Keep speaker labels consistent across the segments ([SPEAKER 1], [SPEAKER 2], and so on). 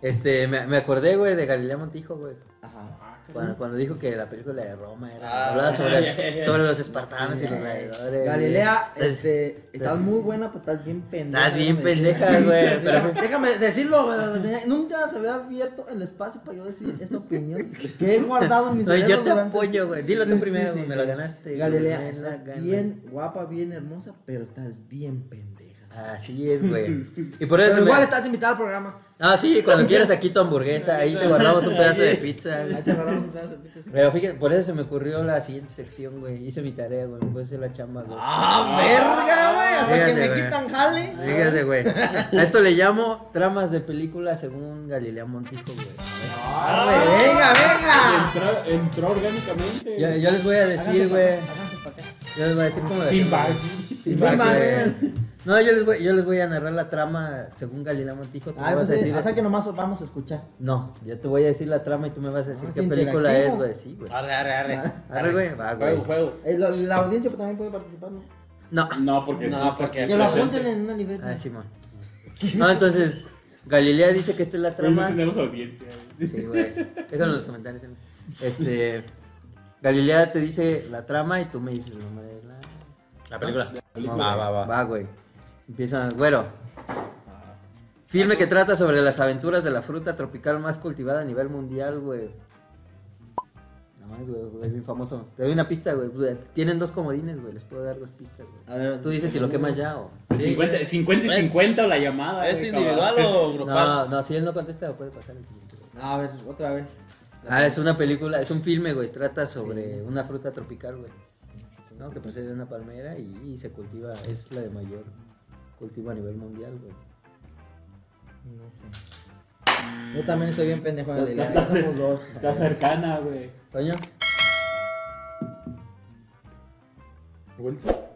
[SPEAKER 1] Este, me, me acordé, güey, de Galilea Montijo, güey.
[SPEAKER 2] Ajá.
[SPEAKER 1] Cuando, cuando dijo que la película de Roma era
[SPEAKER 2] Ah,
[SPEAKER 1] hablaba sobre,
[SPEAKER 3] ya, ya, ya.
[SPEAKER 1] sobre los espartanos y los
[SPEAKER 2] Sí.
[SPEAKER 1] gladiadores.
[SPEAKER 2] Galilea,
[SPEAKER 1] güey.
[SPEAKER 2] este, estás
[SPEAKER 1] es-
[SPEAKER 2] muy buena, pero estás bien pendeja.
[SPEAKER 1] Estás bien
[SPEAKER 2] déjame decirte.
[SPEAKER 1] pendeja, güey. Pero
[SPEAKER 2] Déjame decirlo, güey, tenía- nunca se había abierto el espacio para yo decir esta opinión que he guardado en mi
[SPEAKER 1] No,
[SPEAKER 2] cerebro.
[SPEAKER 1] yo te
[SPEAKER 2] durante-
[SPEAKER 1] apoyo, güey. Dilo tú
[SPEAKER 2] Sí, sí,
[SPEAKER 1] primero,
[SPEAKER 2] sí,
[SPEAKER 1] güey. Me
[SPEAKER 2] sí.
[SPEAKER 1] lo ganaste.
[SPEAKER 2] Galilea,
[SPEAKER 1] güey, me la
[SPEAKER 2] estás
[SPEAKER 1] ganas.
[SPEAKER 2] bien guapa, bien hermosa, pero estás bien pendeja.
[SPEAKER 1] Así es, güey. Y por eso.
[SPEAKER 2] Pero igual
[SPEAKER 1] güey,
[SPEAKER 2] estás invitada al programa.
[SPEAKER 1] Ah, sí, cuando quieras aquí tu hamburguesa. Ahí te guardamos un pedazo de pizza,
[SPEAKER 2] Ahí
[SPEAKER 1] güey.
[SPEAKER 2] te agarramos un pedazo de pizza, sí.
[SPEAKER 1] Pero fíjate, por eso se me ocurrió la siguiente sección, güey. Hice mi tarea, güey. Me puse la chamba, güey.
[SPEAKER 2] Ah, verga, güey. Hasta
[SPEAKER 1] Fíjate,
[SPEAKER 2] que me
[SPEAKER 1] güey.
[SPEAKER 2] quitan jale.
[SPEAKER 1] Fíjate, güey. A esto le llamo tramas de película según Galilea Montijo, güey.
[SPEAKER 2] Arre,
[SPEAKER 4] Ah.
[SPEAKER 2] venga, venga.
[SPEAKER 3] Entró, entró orgánicamente.
[SPEAKER 1] Yo, yo les voy a decir,
[SPEAKER 2] Háganse pa'
[SPEAKER 1] güey.
[SPEAKER 2] acá, háganse pa' acá.
[SPEAKER 1] Yo les voy a decir cómo la
[SPEAKER 3] Team
[SPEAKER 1] tengo,
[SPEAKER 3] Bang.
[SPEAKER 1] güey.
[SPEAKER 3] Team
[SPEAKER 1] Team
[SPEAKER 2] Bang,
[SPEAKER 1] Bang,
[SPEAKER 2] güey.
[SPEAKER 1] güey. No, yo les, voy, yo les voy a narrar la trama según Galilea Montijo. Tú me
[SPEAKER 2] Ay,
[SPEAKER 1] vas
[SPEAKER 2] pues,
[SPEAKER 1] a decir.
[SPEAKER 2] o sea que nomás vamos a escuchar.
[SPEAKER 1] No, yo te voy a decir la trama y tú me vas a decir
[SPEAKER 2] Ah, es
[SPEAKER 1] qué película es,
[SPEAKER 2] interactivo.
[SPEAKER 1] güey. Sí, güey.
[SPEAKER 4] Arre, arre, arre.
[SPEAKER 1] Arre, güey. Va,
[SPEAKER 3] Ah, Juego,
[SPEAKER 1] güey.
[SPEAKER 3] juego.
[SPEAKER 2] Ah. Eh, lo- la audiencia también puede participar, ¿no?
[SPEAKER 1] No.
[SPEAKER 3] No, porque.
[SPEAKER 4] No,
[SPEAKER 3] tú estás
[SPEAKER 4] porque- pues,
[SPEAKER 3] aquí
[SPEAKER 2] Que lo
[SPEAKER 3] presente.
[SPEAKER 2] apunten en una libreta.
[SPEAKER 1] Ah, Simón. No, entonces, Galilea dice que esta es la
[SPEAKER 3] Hoy no
[SPEAKER 1] trama.
[SPEAKER 3] tenemos audiencia.
[SPEAKER 1] Sí, güey. Eso en los comentarios. em. Este. Galilea te dice la trama y tú me dices el nombre de la.
[SPEAKER 4] La película.
[SPEAKER 3] película.
[SPEAKER 4] Va, va, va.
[SPEAKER 1] Va, güey. Empieza, güero. Filme que trata sobre las aventuras de la fruta tropical más cultivada a nivel mundial, güey. Nada más, güey, güey, es bien famoso. Te doy una pista, güey. Pues, Tienen dos comodines, güey. Les puedo dar dos pistas, güey.
[SPEAKER 2] A ver,
[SPEAKER 1] Tú dices si lo quemas ya o.
[SPEAKER 3] El 50, 50 y
[SPEAKER 4] Es-
[SPEAKER 3] 50 la llamada.
[SPEAKER 4] ¿Es
[SPEAKER 3] güey,
[SPEAKER 4] individual
[SPEAKER 3] cabrón.
[SPEAKER 4] o grupal?
[SPEAKER 1] No, no, si él no contesta, puede pasar el siguiente, güey.
[SPEAKER 2] A ver, otra vez.
[SPEAKER 1] Ah, es una película, es un filme, güey. Trata sobre una fruta tropical, güey. ¿No? Que procede de una palmera y, y se cultiva, es la de mayor cultivo a nivel mundial, güey.
[SPEAKER 2] No sé. Yo también estoy bien pendejo en realidad.
[SPEAKER 3] Está-
[SPEAKER 2] Ya somos dos.
[SPEAKER 3] Está cercana, güey.
[SPEAKER 1] Toño.
[SPEAKER 3] ¿Wilson?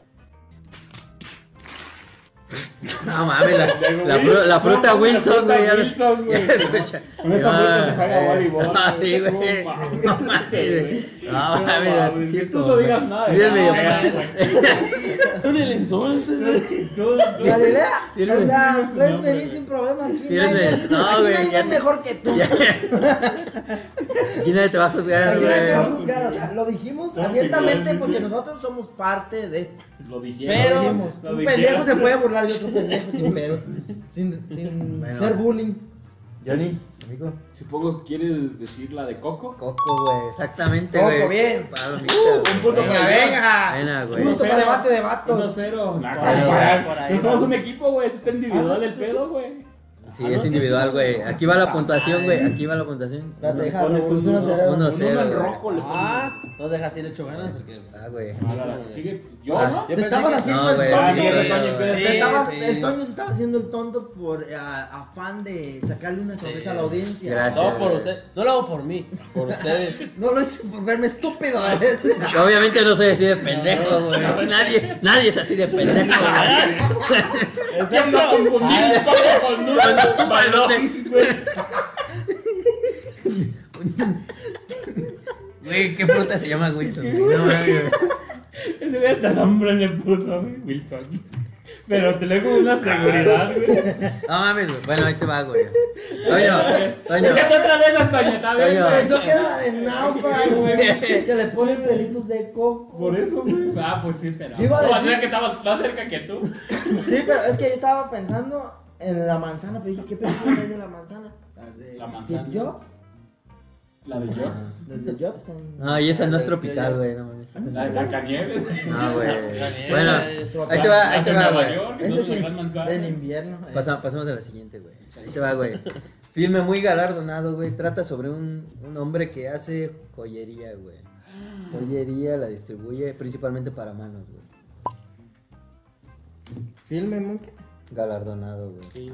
[SPEAKER 1] No mames, la,
[SPEAKER 3] Luego,
[SPEAKER 1] la
[SPEAKER 3] güey,
[SPEAKER 1] fru- la
[SPEAKER 3] no,
[SPEAKER 1] fruta
[SPEAKER 3] la
[SPEAKER 1] Wilson,
[SPEAKER 3] fruta
[SPEAKER 1] güey. ya lo-
[SPEAKER 3] Wilson, güey.
[SPEAKER 1] ya escucha.
[SPEAKER 3] Con esa fruta se juega
[SPEAKER 1] eh,
[SPEAKER 3] voleibol,
[SPEAKER 1] Ah,
[SPEAKER 3] güey.
[SPEAKER 1] sí,
[SPEAKER 3] No
[SPEAKER 1] güey.
[SPEAKER 3] mames,
[SPEAKER 1] No mames.
[SPEAKER 3] güey.
[SPEAKER 1] No
[SPEAKER 3] No
[SPEAKER 1] mames,
[SPEAKER 3] mames,
[SPEAKER 1] Ah, sí
[SPEAKER 3] que
[SPEAKER 1] es
[SPEAKER 3] tú no
[SPEAKER 1] como,
[SPEAKER 3] digas
[SPEAKER 1] güey.
[SPEAKER 3] nada de
[SPEAKER 1] Sí es
[SPEAKER 3] nada,
[SPEAKER 1] medio
[SPEAKER 3] güey.
[SPEAKER 4] Tú ni le insultes.
[SPEAKER 3] Tú, tú.
[SPEAKER 2] Galilea,
[SPEAKER 1] Sí,
[SPEAKER 2] o sea,
[SPEAKER 3] güey.
[SPEAKER 2] puedes venir sin problema. Aquí
[SPEAKER 1] Sí,
[SPEAKER 2] nadie
[SPEAKER 1] güey.
[SPEAKER 2] es,
[SPEAKER 1] No,
[SPEAKER 2] aquí
[SPEAKER 1] güey,
[SPEAKER 2] nadie
[SPEAKER 1] ya
[SPEAKER 2] es
[SPEAKER 1] te-
[SPEAKER 2] mejor que tú.
[SPEAKER 1] Aquí nadie te va a juzgar,
[SPEAKER 2] Aquí nadie te va a
[SPEAKER 1] güey.
[SPEAKER 2] juzgar. O sea, lo dijimos
[SPEAKER 3] No,
[SPEAKER 2] abiertamente
[SPEAKER 3] sí,
[SPEAKER 2] porque nosotros somos parte de.
[SPEAKER 3] Lo
[SPEAKER 2] Lo
[SPEAKER 4] Pero-
[SPEAKER 3] dijeron.
[SPEAKER 2] dijimos.
[SPEAKER 3] lo
[SPEAKER 2] Un
[SPEAKER 3] dijeron.
[SPEAKER 2] pendejo se puede burlar de otro pendejo sin pedos. Sin, sin
[SPEAKER 1] Bueno.
[SPEAKER 2] ser bullying.
[SPEAKER 1] Johnny, amigo.
[SPEAKER 3] Supongo que quieres decir la de Coco.
[SPEAKER 1] Coco, güey. Exactamente,
[SPEAKER 2] Coco,
[SPEAKER 1] güey.
[SPEAKER 2] bien.
[SPEAKER 1] Palomita,
[SPEAKER 3] Un
[SPEAKER 1] güey.
[SPEAKER 3] punto para el
[SPEAKER 1] Buena, güey.
[SPEAKER 2] Punto para debate de vatos.
[SPEAKER 3] 1-0. Nah,
[SPEAKER 4] Ah, Por ahí,
[SPEAKER 3] cabrón.
[SPEAKER 4] por ahí, por ahí,
[SPEAKER 3] No somos
[SPEAKER 4] va.
[SPEAKER 3] un equipo, güey. Este es individual el pedo, güey.
[SPEAKER 1] Sí, es individual, güey. Aquí va la puntuación, güey. Aquí va la puntuación.
[SPEAKER 2] La
[SPEAKER 1] Uno-
[SPEAKER 2] deja
[SPEAKER 3] Pones un
[SPEAKER 2] revolución al
[SPEAKER 3] uno-
[SPEAKER 2] cerebro.
[SPEAKER 1] uno
[SPEAKER 3] un uno en
[SPEAKER 1] güey.
[SPEAKER 3] rojo. le pones.
[SPEAKER 4] Ah, entonces dejas ir hecho ganas porque.
[SPEAKER 1] Ah, güey.
[SPEAKER 3] Ah, la- la- Sigue. Yo,
[SPEAKER 1] Ah.
[SPEAKER 3] ¿no?
[SPEAKER 2] Te estabas
[SPEAKER 4] pensé
[SPEAKER 2] haciendo
[SPEAKER 1] No, güey.
[SPEAKER 2] el
[SPEAKER 3] Ah,
[SPEAKER 1] sí,
[SPEAKER 2] tonto.
[SPEAKER 3] no,
[SPEAKER 1] güey.
[SPEAKER 3] Toño, espérate.
[SPEAKER 2] Te
[SPEAKER 4] Sí,
[SPEAKER 2] estabas-
[SPEAKER 4] sí.
[SPEAKER 2] El Toño se estaba haciendo el tonto por eh, afán de sacarle una sorpresa a la audiencia.
[SPEAKER 1] Gracias.
[SPEAKER 4] No, por usted. No lo hago por mí, por ustedes.
[SPEAKER 2] No lo hice por verme estúpido. ¿eh?
[SPEAKER 1] Obviamente no soy así de pendejo, güey. Nadie, nadie es así de pendejo, güey.
[SPEAKER 3] Ah, Ya me confundí un Coco con un balón, güey.
[SPEAKER 1] Güey, ¿qué fruta se llama Wilson? güey? No mames.
[SPEAKER 3] Ese güey hasta nombre le puso, güey. Wilson. Pero te le con una seguridad, güey.
[SPEAKER 1] No mames, güey. Bueno, ahí te va, güey. Toño, Toño.
[SPEAKER 3] Échate otra vez hasta ya, está bien,
[SPEAKER 1] Toño.
[SPEAKER 3] güey.
[SPEAKER 2] Pensó que era de náufrago, güey. Que le ponen pelitos de coco.
[SPEAKER 3] Por eso, güey. Ah, pues sí, pero.
[SPEAKER 2] Iba a
[SPEAKER 3] No, va
[SPEAKER 2] decir-
[SPEAKER 3] ser que estabas más cerca que tú.
[SPEAKER 2] Sí, pero es que yo estaba pensando en la manzana, pero dije, ¿qué película hay de la manzana? Las de
[SPEAKER 3] La manzana.
[SPEAKER 2] Steve Jobs,
[SPEAKER 3] La de yo.
[SPEAKER 2] las de Jobs son-
[SPEAKER 1] No, y esa no es tropical, güey. No mames.
[SPEAKER 3] Ah, La de Blancanieves.
[SPEAKER 1] No, güey.
[SPEAKER 4] Daniel,
[SPEAKER 1] Bueno, ahí te va, ahí
[SPEAKER 3] Las
[SPEAKER 1] te
[SPEAKER 3] de
[SPEAKER 1] va,
[SPEAKER 3] Nueva
[SPEAKER 1] güey.
[SPEAKER 3] York,
[SPEAKER 2] Ese
[SPEAKER 3] entonces
[SPEAKER 2] sí,
[SPEAKER 3] la gran manzana.
[SPEAKER 2] del invierno. eh.
[SPEAKER 1] Pasa- pasemos a la siguiente, güey. Ahí te va, güey. Filme muy galardonado, güey. Trata sobre un, un hombre que hace joyería, güey. Joyería la distribuye principalmente para manos, güey.
[SPEAKER 2] Filme, monkey.
[SPEAKER 1] Galardonado, güey.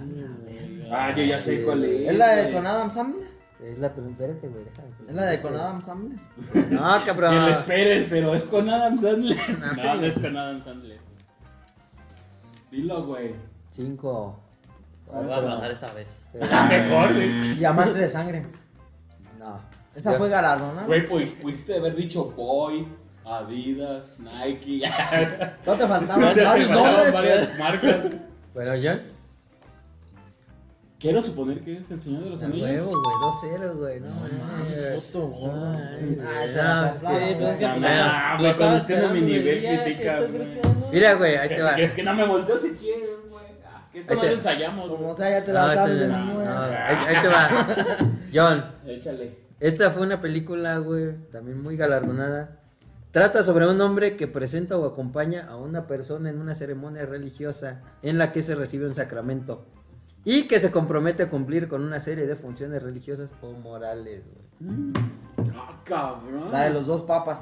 [SPEAKER 3] Ah, yo ya sé cuál es.
[SPEAKER 2] ¿Es la de con Adam Sandler?
[SPEAKER 1] Es la película. Espérate, güey. déjame.
[SPEAKER 2] ¿Es la de con Adam Sandler?
[SPEAKER 1] No,
[SPEAKER 3] Que
[SPEAKER 1] cabrón.
[SPEAKER 3] lo esperes, pero es con Adam Sandler. No, no es con Adam Sandler. Dilo, güey.
[SPEAKER 1] Cinco.
[SPEAKER 4] Lo voy a pasar esta vez.
[SPEAKER 1] tres.
[SPEAKER 3] Ah, mejor, güey.
[SPEAKER 2] Diamante de sangre.
[SPEAKER 1] No.
[SPEAKER 2] Esa fue galardonada.
[SPEAKER 3] Güey, pues pudiste haber dicho Boyd, Adidas, Nike. ya.
[SPEAKER 2] No te faltaban
[SPEAKER 3] Te
[SPEAKER 2] varios
[SPEAKER 3] faltaron
[SPEAKER 2] nombres.
[SPEAKER 3] varias marcas.
[SPEAKER 1] Bueno, John.
[SPEAKER 3] Quiero suponer que es el Señor de los
[SPEAKER 1] A
[SPEAKER 3] Anillos.
[SPEAKER 1] huevo, güey, 2-0, güey. No, mames.
[SPEAKER 4] Foto gorda, güey.
[SPEAKER 2] Ay,
[SPEAKER 1] ya, sí,
[SPEAKER 2] sí, sí,
[SPEAKER 1] pues,
[SPEAKER 2] sí.
[SPEAKER 1] que-
[SPEAKER 3] Ah, güey, cuando esté en mi nivel critica, güey.
[SPEAKER 1] Mira, güey, ahí te va.
[SPEAKER 3] Que es que no me volteo si quieren, güey. Ah, Que esto
[SPEAKER 1] Ahí
[SPEAKER 3] no
[SPEAKER 1] te-
[SPEAKER 3] lo ensayamos,
[SPEAKER 2] Como
[SPEAKER 3] güey.
[SPEAKER 2] sea, ya te
[SPEAKER 1] No,
[SPEAKER 2] la
[SPEAKER 1] este-
[SPEAKER 2] sabes de
[SPEAKER 1] no,
[SPEAKER 2] memoria.
[SPEAKER 1] no, ahí, ahí te va. John,
[SPEAKER 3] Échale.
[SPEAKER 1] esta fue una película, güey, también muy galardonada. Trata sobre un hombre que presenta o acompaña a una persona en una ceremonia religiosa en la que se recibe un sacramento y que se compromete a cumplir con una serie de funciones religiosas o morales, güey.
[SPEAKER 3] Ah, cabrón.
[SPEAKER 2] La de los dos papas.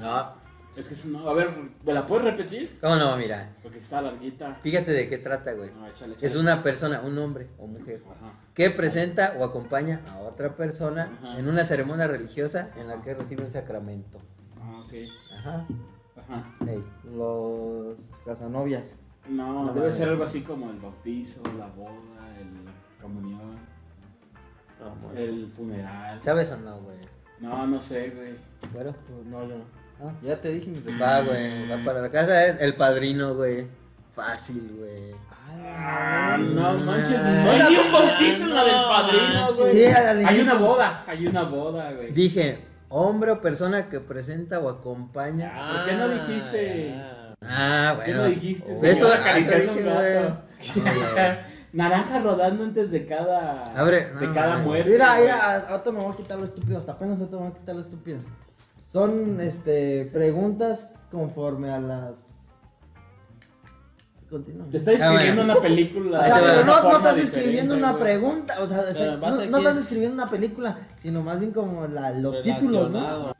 [SPEAKER 1] No.
[SPEAKER 3] Es que eso no. A ver, ¿me la puedes repetir?
[SPEAKER 1] ¿Cómo no? Mira,
[SPEAKER 3] Porque está larguita.
[SPEAKER 1] fíjate de qué trata, güey.
[SPEAKER 3] No, échale, échale.
[SPEAKER 1] Es una persona, un hombre o mujer,
[SPEAKER 3] Ajá.
[SPEAKER 1] que presenta o acompaña a otra persona
[SPEAKER 3] Ajá.
[SPEAKER 1] en una ceremonia religiosa en la que recibe un sacramento.
[SPEAKER 3] Ah, ok.
[SPEAKER 1] Ajá.
[SPEAKER 3] Ajá.
[SPEAKER 1] Ey.
[SPEAKER 2] Los casanovias.
[SPEAKER 3] No,
[SPEAKER 2] No,
[SPEAKER 3] debe
[SPEAKER 2] no,
[SPEAKER 3] ser
[SPEAKER 2] no.
[SPEAKER 3] algo así como el bautizo, la boda, el comunión, el funeral.
[SPEAKER 1] ¿Sabes o no, güey?
[SPEAKER 3] No, no sé, güey.
[SPEAKER 1] Bueno,
[SPEAKER 2] Pues no, yo no.
[SPEAKER 1] Ah.
[SPEAKER 2] Ya te dije mi respuesta.
[SPEAKER 1] va, güey. Va para la casa, es el padrino, güey. Fácil, güey.
[SPEAKER 3] Ah, no manches, no
[SPEAKER 1] Ay,
[SPEAKER 3] hay ni un bautizo en la del
[SPEAKER 4] no
[SPEAKER 3] padrino,
[SPEAKER 4] manches.
[SPEAKER 3] güey.
[SPEAKER 2] Sí, al
[SPEAKER 3] hay
[SPEAKER 2] inicio.
[SPEAKER 3] una boda, hay una boda, güey.
[SPEAKER 1] Dije, hombre o persona que presenta o acompaña.
[SPEAKER 3] ¿Por qué no dijiste?
[SPEAKER 1] Ah,
[SPEAKER 3] ¿Por qué
[SPEAKER 1] bueno.
[SPEAKER 3] no dijiste?
[SPEAKER 1] Eso, ah,
[SPEAKER 3] señor?
[SPEAKER 1] eso
[SPEAKER 3] Acariciando
[SPEAKER 1] dije,
[SPEAKER 3] un gato.
[SPEAKER 1] güey. Ah, No, güey.
[SPEAKER 3] Naranja rodando antes de cada
[SPEAKER 1] Abre,
[SPEAKER 3] de
[SPEAKER 1] no,
[SPEAKER 3] cada
[SPEAKER 1] no, no.
[SPEAKER 3] muerte.
[SPEAKER 2] Mira, mira, a- ahorita me voy a quitar lo estúpido, hasta apenas ahorita me voy a quitar lo estúpido. Son este preguntas conforme a las. Continúa.
[SPEAKER 3] Te está describiendo
[SPEAKER 1] Ah, bueno.
[SPEAKER 3] una película.
[SPEAKER 2] O
[SPEAKER 1] Ahí
[SPEAKER 2] sea,
[SPEAKER 1] te va.
[SPEAKER 2] pero
[SPEAKER 1] Una
[SPEAKER 2] no, no
[SPEAKER 3] forma
[SPEAKER 2] estás describiendo
[SPEAKER 3] diferente,
[SPEAKER 2] una
[SPEAKER 3] güey.
[SPEAKER 2] pregunta, o sea, o sea,
[SPEAKER 4] Pero vas
[SPEAKER 2] no,
[SPEAKER 4] aquí-
[SPEAKER 2] no estás describiendo una película, sino más bien como la- los títulos, ¿no?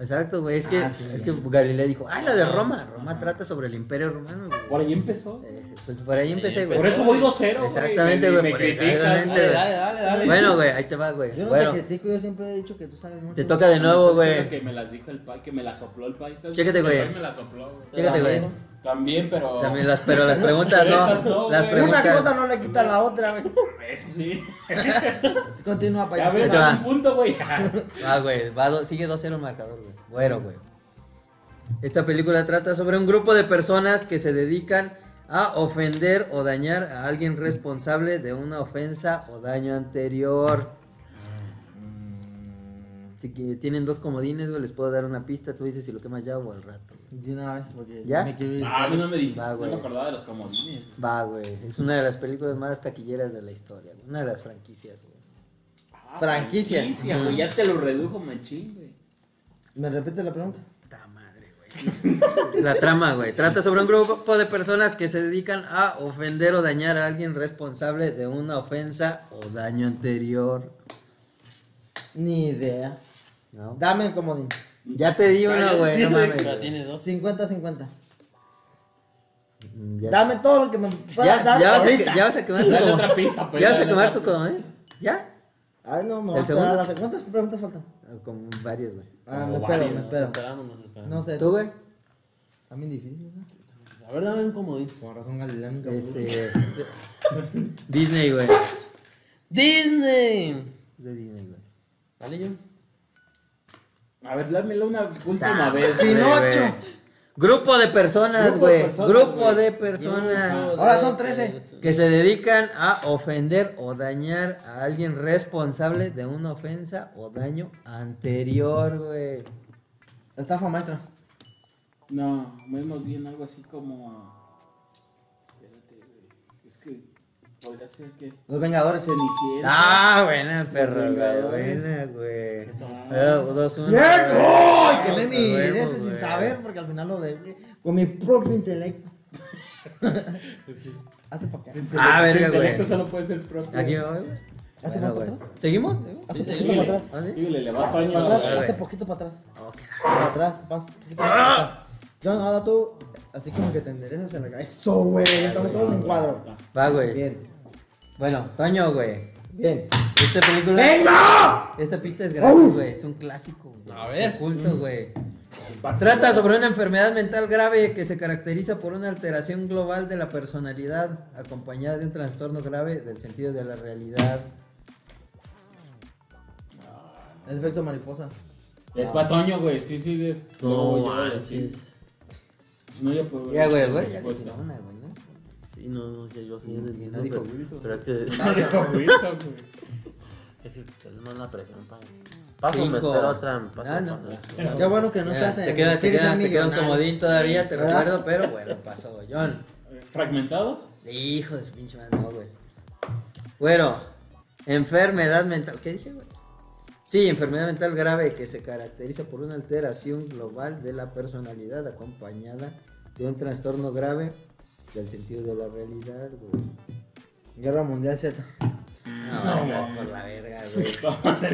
[SPEAKER 1] Exacto, güey. Es que,
[SPEAKER 2] Ah, sí.
[SPEAKER 1] es que Galilea dijo, ah, la de Roma. Roma trata sobre el imperio romano, güey.
[SPEAKER 3] Por ahí empezó.
[SPEAKER 1] Eh, pues por ahí empecé, güey.
[SPEAKER 3] Por eso voy 2-0. güey.
[SPEAKER 1] Exactamente,
[SPEAKER 3] Me-
[SPEAKER 1] güey,
[SPEAKER 3] Me
[SPEAKER 1] por eso,
[SPEAKER 3] criticas.
[SPEAKER 1] exactamente.
[SPEAKER 4] Dale, dale, dale, dale.
[SPEAKER 1] Bueno, güey, ahí te va, güey.
[SPEAKER 2] Yo no
[SPEAKER 1] Bueno,
[SPEAKER 2] te critico, yo siempre he dicho que tú sabes mucho.
[SPEAKER 1] te toca de nuevo, güey.
[SPEAKER 3] Que me las dijo el pai, que me las sopló el pai.
[SPEAKER 1] Chécate,
[SPEAKER 3] El
[SPEAKER 1] güey.
[SPEAKER 3] pai Me las sopló, güey.
[SPEAKER 1] Chécate, güey.
[SPEAKER 2] También.
[SPEAKER 3] También, pero.
[SPEAKER 1] También las, pero las preguntas
[SPEAKER 3] Estas
[SPEAKER 1] no.
[SPEAKER 3] no,
[SPEAKER 1] Las
[SPEAKER 3] güey.
[SPEAKER 2] Una cosa
[SPEAKER 1] preguntas.
[SPEAKER 2] no le quita la otra, güey.
[SPEAKER 3] Eso sí.
[SPEAKER 2] Continúa,
[SPEAKER 3] Ya ves,
[SPEAKER 1] Ahí
[SPEAKER 2] payaso.
[SPEAKER 1] te va.
[SPEAKER 3] un punto, güey.
[SPEAKER 1] Ah, güey, va do- sigue 2-0 el marcador, güey. Bueno, güey. Esta película trata sobre un grupo de personas que se dedican a ofender o dañar a alguien responsable de una ofensa o daño anterior. Si que- tienen dos comodines, güey, les puedo dar una pista. Tú dices si lo quemas ya o al rato. güey.
[SPEAKER 2] De una vez, porque
[SPEAKER 1] ¿Ya?
[SPEAKER 2] me quiero ir.
[SPEAKER 3] Ah, no me dijiste.
[SPEAKER 1] Va,
[SPEAKER 3] No
[SPEAKER 1] güey.
[SPEAKER 3] me acordaba de los comodines.
[SPEAKER 1] Va, güey. Es una de las películas más taquilleras de la historia, güey. Una de las franquicias, güey.
[SPEAKER 3] Ah,
[SPEAKER 2] Franquicias.
[SPEAKER 3] franquicia, güey. Ya te lo redujo, machín, güey.
[SPEAKER 2] ¿Me repite la pregunta?
[SPEAKER 1] Puta madre, güey. La trama, güey. Trata sobre un grupo de personas que se dedican a ofender o dañar a alguien responsable de una ofensa o daño anterior.
[SPEAKER 2] Ni idea.
[SPEAKER 1] ¿no?
[SPEAKER 2] Dame el comodín.
[SPEAKER 1] Ya te di una, güey. No mames.
[SPEAKER 4] Pero tiene dos.
[SPEAKER 2] 50-50.
[SPEAKER 1] Mm, Ya,
[SPEAKER 2] Dame todo lo que me
[SPEAKER 1] ya,
[SPEAKER 2] puedas dar
[SPEAKER 1] ya vas a, que-
[SPEAKER 2] ahorita.
[SPEAKER 1] ya vas a quemar tu
[SPEAKER 3] Dale
[SPEAKER 1] como-
[SPEAKER 3] otra pista, pues.
[SPEAKER 1] Ya vas a
[SPEAKER 3] dale
[SPEAKER 1] quemar
[SPEAKER 3] otra
[SPEAKER 1] tu como, ¿eh? ¿Ya?
[SPEAKER 2] Ay, no,
[SPEAKER 1] ¿El
[SPEAKER 2] me voy a esperar
[SPEAKER 1] segundo?
[SPEAKER 2] a las- ¿Cuántas preguntas faltan?
[SPEAKER 1] Con varios, güey.
[SPEAKER 2] Ah,
[SPEAKER 3] Como
[SPEAKER 2] me espero, me
[SPEAKER 3] varias,
[SPEAKER 2] espero.
[SPEAKER 4] Esperamos, nos esperamos.
[SPEAKER 2] No sé.
[SPEAKER 1] ¿Tú, güey?
[SPEAKER 2] También difícil, ¿no?
[SPEAKER 4] A ver, dame un comodín.
[SPEAKER 2] Con razón Galilea nunca
[SPEAKER 1] Este. Disney, güey.
[SPEAKER 4] Disney.
[SPEAKER 1] Es de Disney, güey.
[SPEAKER 4] Dale, yo.
[SPEAKER 3] A ver, dámelo una
[SPEAKER 1] Ah,
[SPEAKER 3] última vez.
[SPEAKER 2] fin.
[SPEAKER 3] güey.
[SPEAKER 2] Pinocho.
[SPEAKER 1] Güey. Grupo de personas,
[SPEAKER 3] Grupo de
[SPEAKER 1] güey.
[SPEAKER 3] personas,
[SPEAKER 1] Grupo
[SPEAKER 3] güey.
[SPEAKER 1] de personas.
[SPEAKER 3] Grupo
[SPEAKER 2] Ahora son 13.
[SPEAKER 1] que se dedican a ofender o dañar a alguien responsable de una ofensa o daño anterior, güey.
[SPEAKER 2] Estafa maestra.
[SPEAKER 3] No, menos bien algo así como. Espérate, güey. Es que podría ser que.
[SPEAKER 2] Los Vengadores.
[SPEAKER 3] Cenicienta.
[SPEAKER 1] Ah, buena, perro, güey.
[SPEAKER 3] Vengadores.
[SPEAKER 1] Buena, güey.
[SPEAKER 3] Ah.
[SPEAKER 1] Ah, dos, uno.
[SPEAKER 2] ¡Bien! ¡Ay!
[SPEAKER 1] Ah,
[SPEAKER 2] Quemé mi
[SPEAKER 1] huevo,
[SPEAKER 2] ese sin
[SPEAKER 1] güey.
[SPEAKER 2] saber porque al final lo de. Con mi propio intelecto. Pues Hazte pa' acá.
[SPEAKER 1] Ah, verga,
[SPEAKER 3] Tu intelecto
[SPEAKER 1] güey.
[SPEAKER 3] solo puede ser propio.
[SPEAKER 1] Aquí va, güey.
[SPEAKER 2] ¿Hace
[SPEAKER 1] Bueno,
[SPEAKER 2] cuánto
[SPEAKER 1] güey.
[SPEAKER 2] atrás?
[SPEAKER 1] ¿Seguimos?
[SPEAKER 2] Hazte
[SPEAKER 4] Sí,
[SPEAKER 2] poquito
[SPEAKER 4] sí,
[SPEAKER 2] para
[SPEAKER 4] sí.
[SPEAKER 2] atrás.
[SPEAKER 1] ¿Ah, sí?
[SPEAKER 3] Sí, le le va a paño.
[SPEAKER 2] Para atrás,
[SPEAKER 1] güey.
[SPEAKER 2] hazte poquito para atrás.
[SPEAKER 1] Ok.
[SPEAKER 2] Para atrás, vas. poquito para atrás. John, ahora tú, así como que te enderezas en la cabeza. Eso, güey. Estamos todos en cuadro.
[SPEAKER 1] Va, güey.
[SPEAKER 2] Bien,
[SPEAKER 1] Bueno, Toño, güey.
[SPEAKER 2] bien.
[SPEAKER 1] Esta película.
[SPEAKER 2] ¡Venga!
[SPEAKER 1] Esta pista es grande, güey. Es un clásico. güey.
[SPEAKER 4] A ver.
[SPEAKER 1] Es
[SPEAKER 2] Mm.
[SPEAKER 1] Culto, güey. Trata sobre una enfermedad mental grave que se caracteriza por una alteración global de la personalidad, acompañada de un trastorno grave del sentido de la realidad.
[SPEAKER 2] El efecto mariposa.
[SPEAKER 3] Es patoño, güey. Sí, sí, güey.
[SPEAKER 4] No
[SPEAKER 3] Luego yo,
[SPEAKER 4] manches.
[SPEAKER 3] sí. No, ya puedo ver
[SPEAKER 1] Ya, güey,
[SPEAKER 3] la
[SPEAKER 1] güey, ya le
[SPEAKER 3] respuesta.
[SPEAKER 1] tiró una, güey, ¿no?
[SPEAKER 4] Sí, no, no, ya yo
[SPEAKER 1] Y-
[SPEAKER 4] sí
[SPEAKER 1] y
[SPEAKER 4] entendí,
[SPEAKER 1] no
[SPEAKER 4] no,
[SPEAKER 1] dijo
[SPEAKER 4] pero-
[SPEAKER 1] Wilson.
[SPEAKER 4] Pero es que.
[SPEAKER 3] Wilson, güey.
[SPEAKER 4] Es que ustedes mandan la presión para. Paso, me
[SPEAKER 1] Cinco.
[SPEAKER 4] espero otra. Paso,
[SPEAKER 1] Ah, no.
[SPEAKER 4] paso.
[SPEAKER 2] Qué bueno que no
[SPEAKER 1] Ya,
[SPEAKER 2] estás en.
[SPEAKER 1] te queda, te
[SPEAKER 2] quieres
[SPEAKER 1] queda,
[SPEAKER 2] ser
[SPEAKER 1] te queda un
[SPEAKER 2] millonario. Ah.
[SPEAKER 1] comodín todavía, te
[SPEAKER 2] ¿Verdad?
[SPEAKER 1] recuerdo, pero bueno, pasó, John.
[SPEAKER 3] Eh, ¿Fragmentado?
[SPEAKER 1] Hijo de su pinche madre, no, güey. Bueno, enfermedad mental. ¿Qué dije, güey? Sí, enfermedad mental grave que se caracteriza por una alteración global de la personalidad acompañada de un trastorno grave del sentido de la realidad, güey.
[SPEAKER 2] Guerra Mundial Z.
[SPEAKER 1] No, estás por la verga, güey.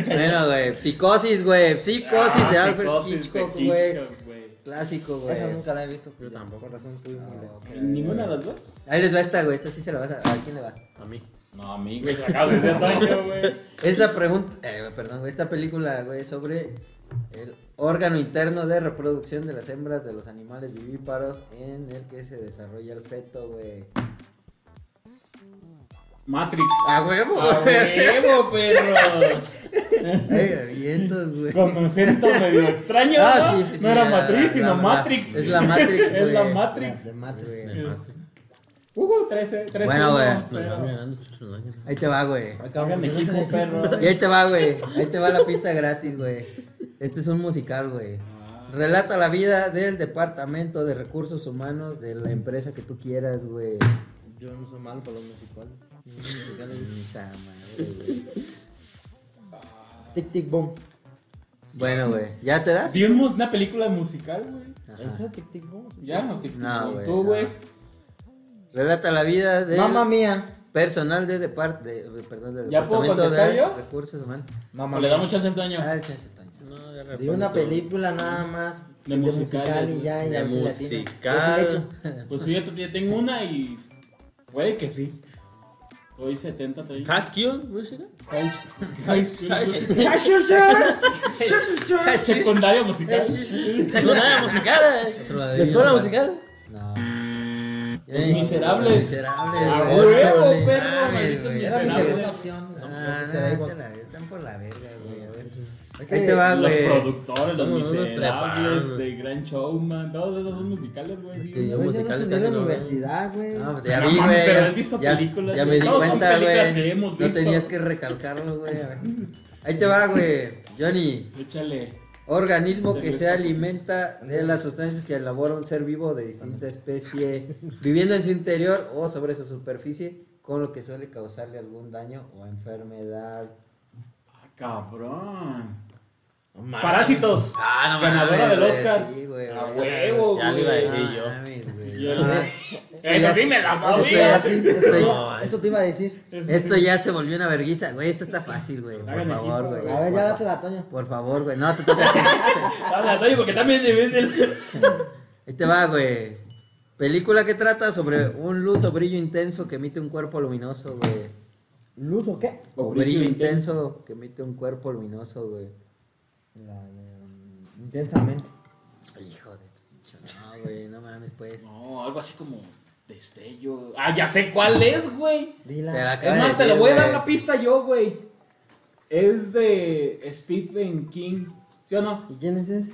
[SPEAKER 1] bueno, güey, psicosis, güey. Psicosis de
[SPEAKER 3] Ah,
[SPEAKER 1] Alfred
[SPEAKER 3] psicosis de
[SPEAKER 1] Hitchcock, güey.
[SPEAKER 3] Hitchcock, güey.
[SPEAKER 1] Clásico, güey.
[SPEAKER 2] Esa nunca la he visto.
[SPEAKER 4] Yo tampoco.
[SPEAKER 2] Por razón tuve muy lejos.
[SPEAKER 1] Ok.
[SPEAKER 3] ¿Ninguna de las dos?
[SPEAKER 1] Ahí les va esta, güey. Esta sí se la vas a. ¿A quién le va?
[SPEAKER 4] A mí.
[SPEAKER 3] No, a mí, güey, se acaba de hacer daño, güey.
[SPEAKER 1] Esta pregunta, eh, perdón, güey, esta película, güey, es sobre el órgano interno de reproducción de las hembras de los animales vivíparos en el que se desarrolla el feto, güey.
[SPEAKER 3] Matrix.
[SPEAKER 1] ¡A huevo,
[SPEAKER 3] ¡A huevo, perro!
[SPEAKER 1] Ah, Ay, avientos, güey.
[SPEAKER 3] Con concepto medio extraño,
[SPEAKER 1] Ah,
[SPEAKER 3] ¿no?
[SPEAKER 1] sí, sí, sí.
[SPEAKER 3] No era
[SPEAKER 1] la-
[SPEAKER 3] Matrix,
[SPEAKER 1] la-
[SPEAKER 3] sino
[SPEAKER 1] la-
[SPEAKER 3] Matrix.
[SPEAKER 1] Es la Matrix, güey.
[SPEAKER 3] Es la
[SPEAKER 2] La
[SPEAKER 3] Matrix.
[SPEAKER 2] De Matrix.
[SPEAKER 1] Güey.
[SPEAKER 3] Uh, 13, 13.
[SPEAKER 1] Bueno,
[SPEAKER 3] uno,
[SPEAKER 1] güey.
[SPEAKER 4] Nos van
[SPEAKER 3] cero.
[SPEAKER 4] ganando chuchos, ¿no?
[SPEAKER 1] Ahí te va, güey.
[SPEAKER 3] Hagan equipo, perro.
[SPEAKER 1] Y ahí te va, güey. Ahí te va la pista gratis, güey. Este es un musical, güey. Relata la vida del departamento de recursos humanos de la empresa que tú quieras, güey.
[SPEAKER 2] Yo no soy malo para los musicales.
[SPEAKER 1] Puta madre, güey.
[SPEAKER 2] Tic Tic Boom.
[SPEAKER 1] Bueno, güey, ¿ya te das?
[SPEAKER 3] Vi un mu- una película musical, güey.
[SPEAKER 1] Ajá.
[SPEAKER 2] ¿Esa Tic Tic Boom?
[SPEAKER 3] Ya, no te
[SPEAKER 1] No, güey,
[SPEAKER 3] Tú,
[SPEAKER 1] no.
[SPEAKER 3] güey.
[SPEAKER 1] Relata la vida del
[SPEAKER 2] Mamma mía.
[SPEAKER 1] personal de, depart- de- de- perdón, del
[SPEAKER 3] ¿Ya puedo
[SPEAKER 1] Departamento de
[SPEAKER 3] contestar yo?
[SPEAKER 1] Recursos Humanos.
[SPEAKER 2] Mamma
[SPEAKER 3] O Pues le damos
[SPEAKER 2] Mía.
[SPEAKER 3] chance al daño.
[SPEAKER 1] Ah, el chance, Toño.
[SPEAKER 4] No, ya
[SPEAKER 2] De una película nada más. De,
[SPEAKER 3] De musical,
[SPEAKER 2] musical
[SPEAKER 3] de-
[SPEAKER 2] y ya. y
[SPEAKER 4] de
[SPEAKER 2] a ver si la tiene.
[SPEAKER 4] musical.
[SPEAKER 2] Es el hecho.
[SPEAKER 3] Pues sí, yo t- yo tengo una y. Puede que sí. Hoy 70, estoy.
[SPEAKER 4] Haskell, música.
[SPEAKER 3] Secundaria musical.
[SPEAKER 4] Secundaria musical. eh.
[SPEAKER 1] Otro ladrillo,
[SPEAKER 4] Escuela
[SPEAKER 1] ¿no?
[SPEAKER 4] musical.
[SPEAKER 1] No.
[SPEAKER 3] Los
[SPEAKER 1] Ey,
[SPEAKER 3] Miserables.
[SPEAKER 1] Los Miserables,
[SPEAKER 3] A
[SPEAKER 1] güey.
[SPEAKER 3] huevo,
[SPEAKER 1] Chale,
[SPEAKER 3] perro,
[SPEAKER 1] mames,
[SPEAKER 3] maldito
[SPEAKER 1] güey.
[SPEAKER 2] Era mi
[SPEAKER 3] Miserable.
[SPEAKER 2] segunda opción.
[SPEAKER 1] Ah,
[SPEAKER 2] Será
[SPEAKER 1] no,
[SPEAKER 2] igual.
[SPEAKER 1] te la ves, están por la verga, güey. A ver.
[SPEAKER 2] Ok.
[SPEAKER 1] Ahí te va,
[SPEAKER 3] Los
[SPEAKER 1] Ah, güey.
[SPEAKER 3] productores, los
[SPEAKER 4] No, no los
[SPEAKER 3] miserables,
[SPEAKER 4] preparan.
[SPEAKER 3] de Gran Showman, todos esos son musicales, güey.
[SPEAKER 4] que yo-
[SPEAKER 2] Güey, yo no
[SPEAKER 4] musicales
[SPEAKER 2] estudié en la
[SPEAKER 4] casi no, güey.
[SPEAKER 2] universidad, güey.
[SPEAKER 1] No, pues ya
[SPEAKER 3] No
[SPEAKER 1] vi,
[SPEAKER 3] mames,
[SPEAKER 1] güey.
[SPEAKER 3] pero
[SPEAKER 1] ya-
[SPEAKER 3] has visto
[SPEAKER 1] ya-
[SPEAKER 3] películas,
[SPEAKER 1] Ya
[SPEAKER 3] sí.
[SPEAKER 1] me di
[SPEAKER 3] Todos son
[SPEAKER 1] cuenta,
[SPEAKER 3] películas
[SPEAKER 1] güey.
[SPEAKER 3] que hemos
[SPEAKER 1] No
[SPEAKER 3] visto.
[SPEAKER 1] tenías que recalcarlo, güey. a ver. Ahí te va, güey. Johnny.
[SPEAKER 3] Échale.
[SPEAKER 1] Organismo que se alimenta de las sustancias que elabora un ser vivo de distinta especie, viviendo en su interior o sobre su superficie, con lo que suele causarle algún daño o enfermedad.
[SPEAKER 3] Ah, cabrón.
[SPEAKER 4] No mames.
[SPEAKER 3] Parásitos.
[SPEAKER 1] Ah,
[SPEAKER 3] Ganadora del Oscar.
[SPEAKER 1] Sí, güey.
[SPEAKER 3] A
[SPEAKER 1] güey.
[SPEAKER 3] huevo,
[SPEAKER 4] Ya le iba a
[SPEAKER 3] güey.
[SPEAKER 4] decir. Sí, yo.
[SPEAKER 1] No mames, güey.
[SPEAKER 3] Yo-
[SPEAKER 1] Ah,
[SPEAKER 3] Eso sí me la
[SPEAKER 1] Estoy
[SPEAKER 3] sabía.
[SPEAKER 1] así,
[SPEAKER 2] Estoy-
[SPEAKER 1] estoy-
[SPEAKER 4] No,
[SPEAKER 2] Eso te iba a decir.
[SPEAKER 1] Esto ya se volvió una verguiza, güey. Esto está fácil, güey. Por
[SPEAKER 3] Hagan
[SPEAKER 1] favor,
[SPEAKER 3] equipo,
[SPEAKER 1] güey.
[SPEAKER 2] A ver, ya dásela, Toño.
[SPEAKER 1] Por favor, güey. No, te toca.
[SPEAKER 3] Ah, Toño, porque también debes el.
[SPEAKER 1] Ahí te va, güey. Película que trata sobre un luz o brillo intenso que emite un cuerpo luminoso, güey.
[SPEAKER 2] ¿Luz o qué?
[SPEAKER 1] O brillo, intenso, que emite un cuerpo luminoso, güey.
[SPEAKER 2] La de, um, Intensamente.
[SPEAKER 1] Hijo de tu pinche- No, güey, no mames, pues.
[SPEAKER 3] No, algo así como destello. Ah, ya sé cuál es, güey.
[SPEAKER 2] Dila.
[SPEAKER 1] Te la acabo
[SPEAKER 3] Es
[SPEAKER 1] de
[SPEAKER 3] más, te
[SPEAKER 1] decir,
[SPEAKER 3] le voy a
[SPEAKER 1] güey.
[SPEAKER 3] dar la pista yo, güey. Es de Stephen King. ¿Sí o no?
[SPEAKER 2] ¿Y quién es ese?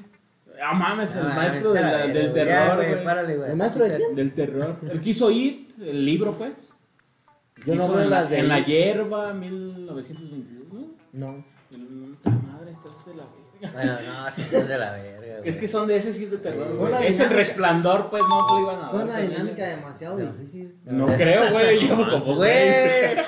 [SPEAKER 3] Ah, mames,
[SPEAKER 1] No
[SPEAKER 3] el
[SPEAKER 1] mames,
[SPEAKER 3] maestro
[SPEAKER 1] te
[SPEAKER 3] de
[SPEAKER 1] la
[SPEAKER 3] la-
[SPEAKER 1] verga,
[SPEAKER 3] del
[SPEAKER 1] güey. Ya,
[SPEAKER 3] terror,
[SPEAKER 1] güey.
[SPEAKER 3] güey.
[SPEAKER 1] Párale, güey.
[SPEAKER 2] ¿El maestro de
[SPEAKER 1] Te-
[SPEAKER 2] quién?
[SPEAKER 3] Del terror. El que hizo It, el libro, pues.
[SPEAKER 2] Yo no
[SPEAKER 3] Hizo
[SPEAKER 2] veo
[SPEAKER 3] en la-
[SPEAKER 2] las de
[SPEAKER 3] En la
[SPEAKER 2] It.
[SPEAKER 3] hierba, 1921.
[SPEAKER 2] No.
[SPEAKER 3] Mm, Puta madre, estás de la verga.
[SPEAKER 1] Bueno, no, sí estás de la verga, güey.
[SPEAKER 3] Es que son de ese sí es de terror,
[SPEAKER 2] Fue
[SPEAKER 3] güey.
[SPEAKER 2] una
[SPEAKER 3] Es el
[SPEAKER 2] dinámica-
[SPEAKER 3] resplandor, pues no lo iban a dar.
[SPEAKER 2] Fue una
[SPEAKER 3] pues,
[SPEAKER 2] dinámica
[SPEAKER 3] güey.
[SPEAKER 2] demasiado difícil.
[SPEAKER 3] No creo, güey. Llevo como
[SPEAKER 1] Ah, Güey.
[SPEAKER 3] seis.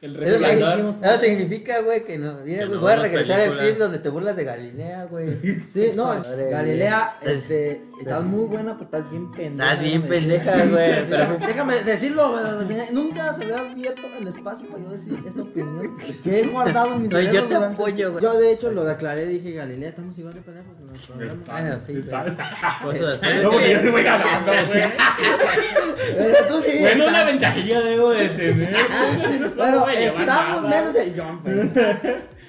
[SPEAKER 3] El
[SPEAKER 1] Eso, significa-
[SPEAKER 3] resplandor.
[SPEAKER 1] eso significa, güey, que no. Mira,
[SPEAKER 4] Que
[SPEAKER 1] güey,
[SPEAKER 4] no
[SPEAKER 1] voy a
[SPEAKER 4] ven las
[SPEAKER 1] regresar al
[SPEAKER 4] películas.
[SPEAKER 1] clip donde te burlas de Galilea, güey.
[SPEAKER 2] Sí, no,
[SPEAKER 1] Madre
[SPEAKER 2] Galilea,
[SPEAKER 1] mía.
[SPEAKER 2] este, estás
[SPEAKER 1] sí.
[SPEAKER 2] muy buena, pero estás bien pendeja.
[SPEAKER 1] Pues, Estás bien
[SPEAKER 2] me
[SPEAKER 1] pendeja,
[SPEAKER 2] decía.
[SPEAKER 1] güey. Pero
[SPEAKER 2] Déjame decirlo, güey, nunca se había abierto el espacio para yo decir esta opinión que he guardado en mis
[SPEAKER 1] No, yo
[SPEAKER 2] cerebros
[SPEAKER 1] te
[SPEAKER 2] durante-
[SPEAKER 1] apoyo, güey.
[SPEAKER 2] Yo de hecho lo declaré, dije, Galilea, estamos igual de pendejos en nuestro programa.
[SPEAKER 1] Bueno, sí,
[SPEAKER 3] Está-
[SPEAKER 1] pero-
[SPEAKER 4] ¿Cuánto después?
[SPEAKER 3] No, porque yo sí voy ganando, güey.
[SPEAKER 2] Pero tú sí,
[SPEAKER 3] Bueno, una ventajilla debo de tener. güey. No
[SPEAKER 2] bueno,
[SPEAKER 3] voy a llevar
[SPEAKER 2] estamos
[SPEAKER 3] nada.
[SPEAKER 2] menos el John, pues.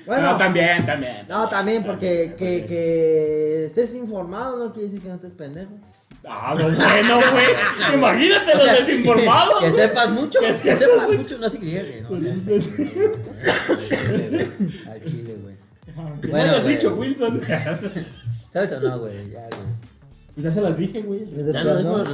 [SPEAKER 2] Bueno,
[SPEAKER 3] No, también, también.
[SPEAKER 2] no, también, porque que, que estés informado no quiere decir que no estés pendejo.
[SPEAKER 3] Ah, no, bueno, güey. Imagínate
[SPEAKER 1] O sea,
[SPEAKER 3] los desinformados.
[SPEAKER 1] Que
[SPEAKER 3] güey.
[SPEAKER 1] sepas mucho, que, sepas mucho, no significa que no seas pendejo, güey. Al chile, güey.
[SPEAKER 3] Que no
[SPEAKER 1] Bueno,
[SPEAKER 3] hayas
[SPEAKER 1] güey.
[SPEAKER 3] dicho Wilson.
[SPEAKER 1] ¿Sabes o no, güey? Ya, güey.
[SPEAKER 3] Ya se las dije, güey.
[SPEAKER 2] ¿El
[SPEAKER 4] Ya lo dijo el
[SPEAKER 2] resplandor?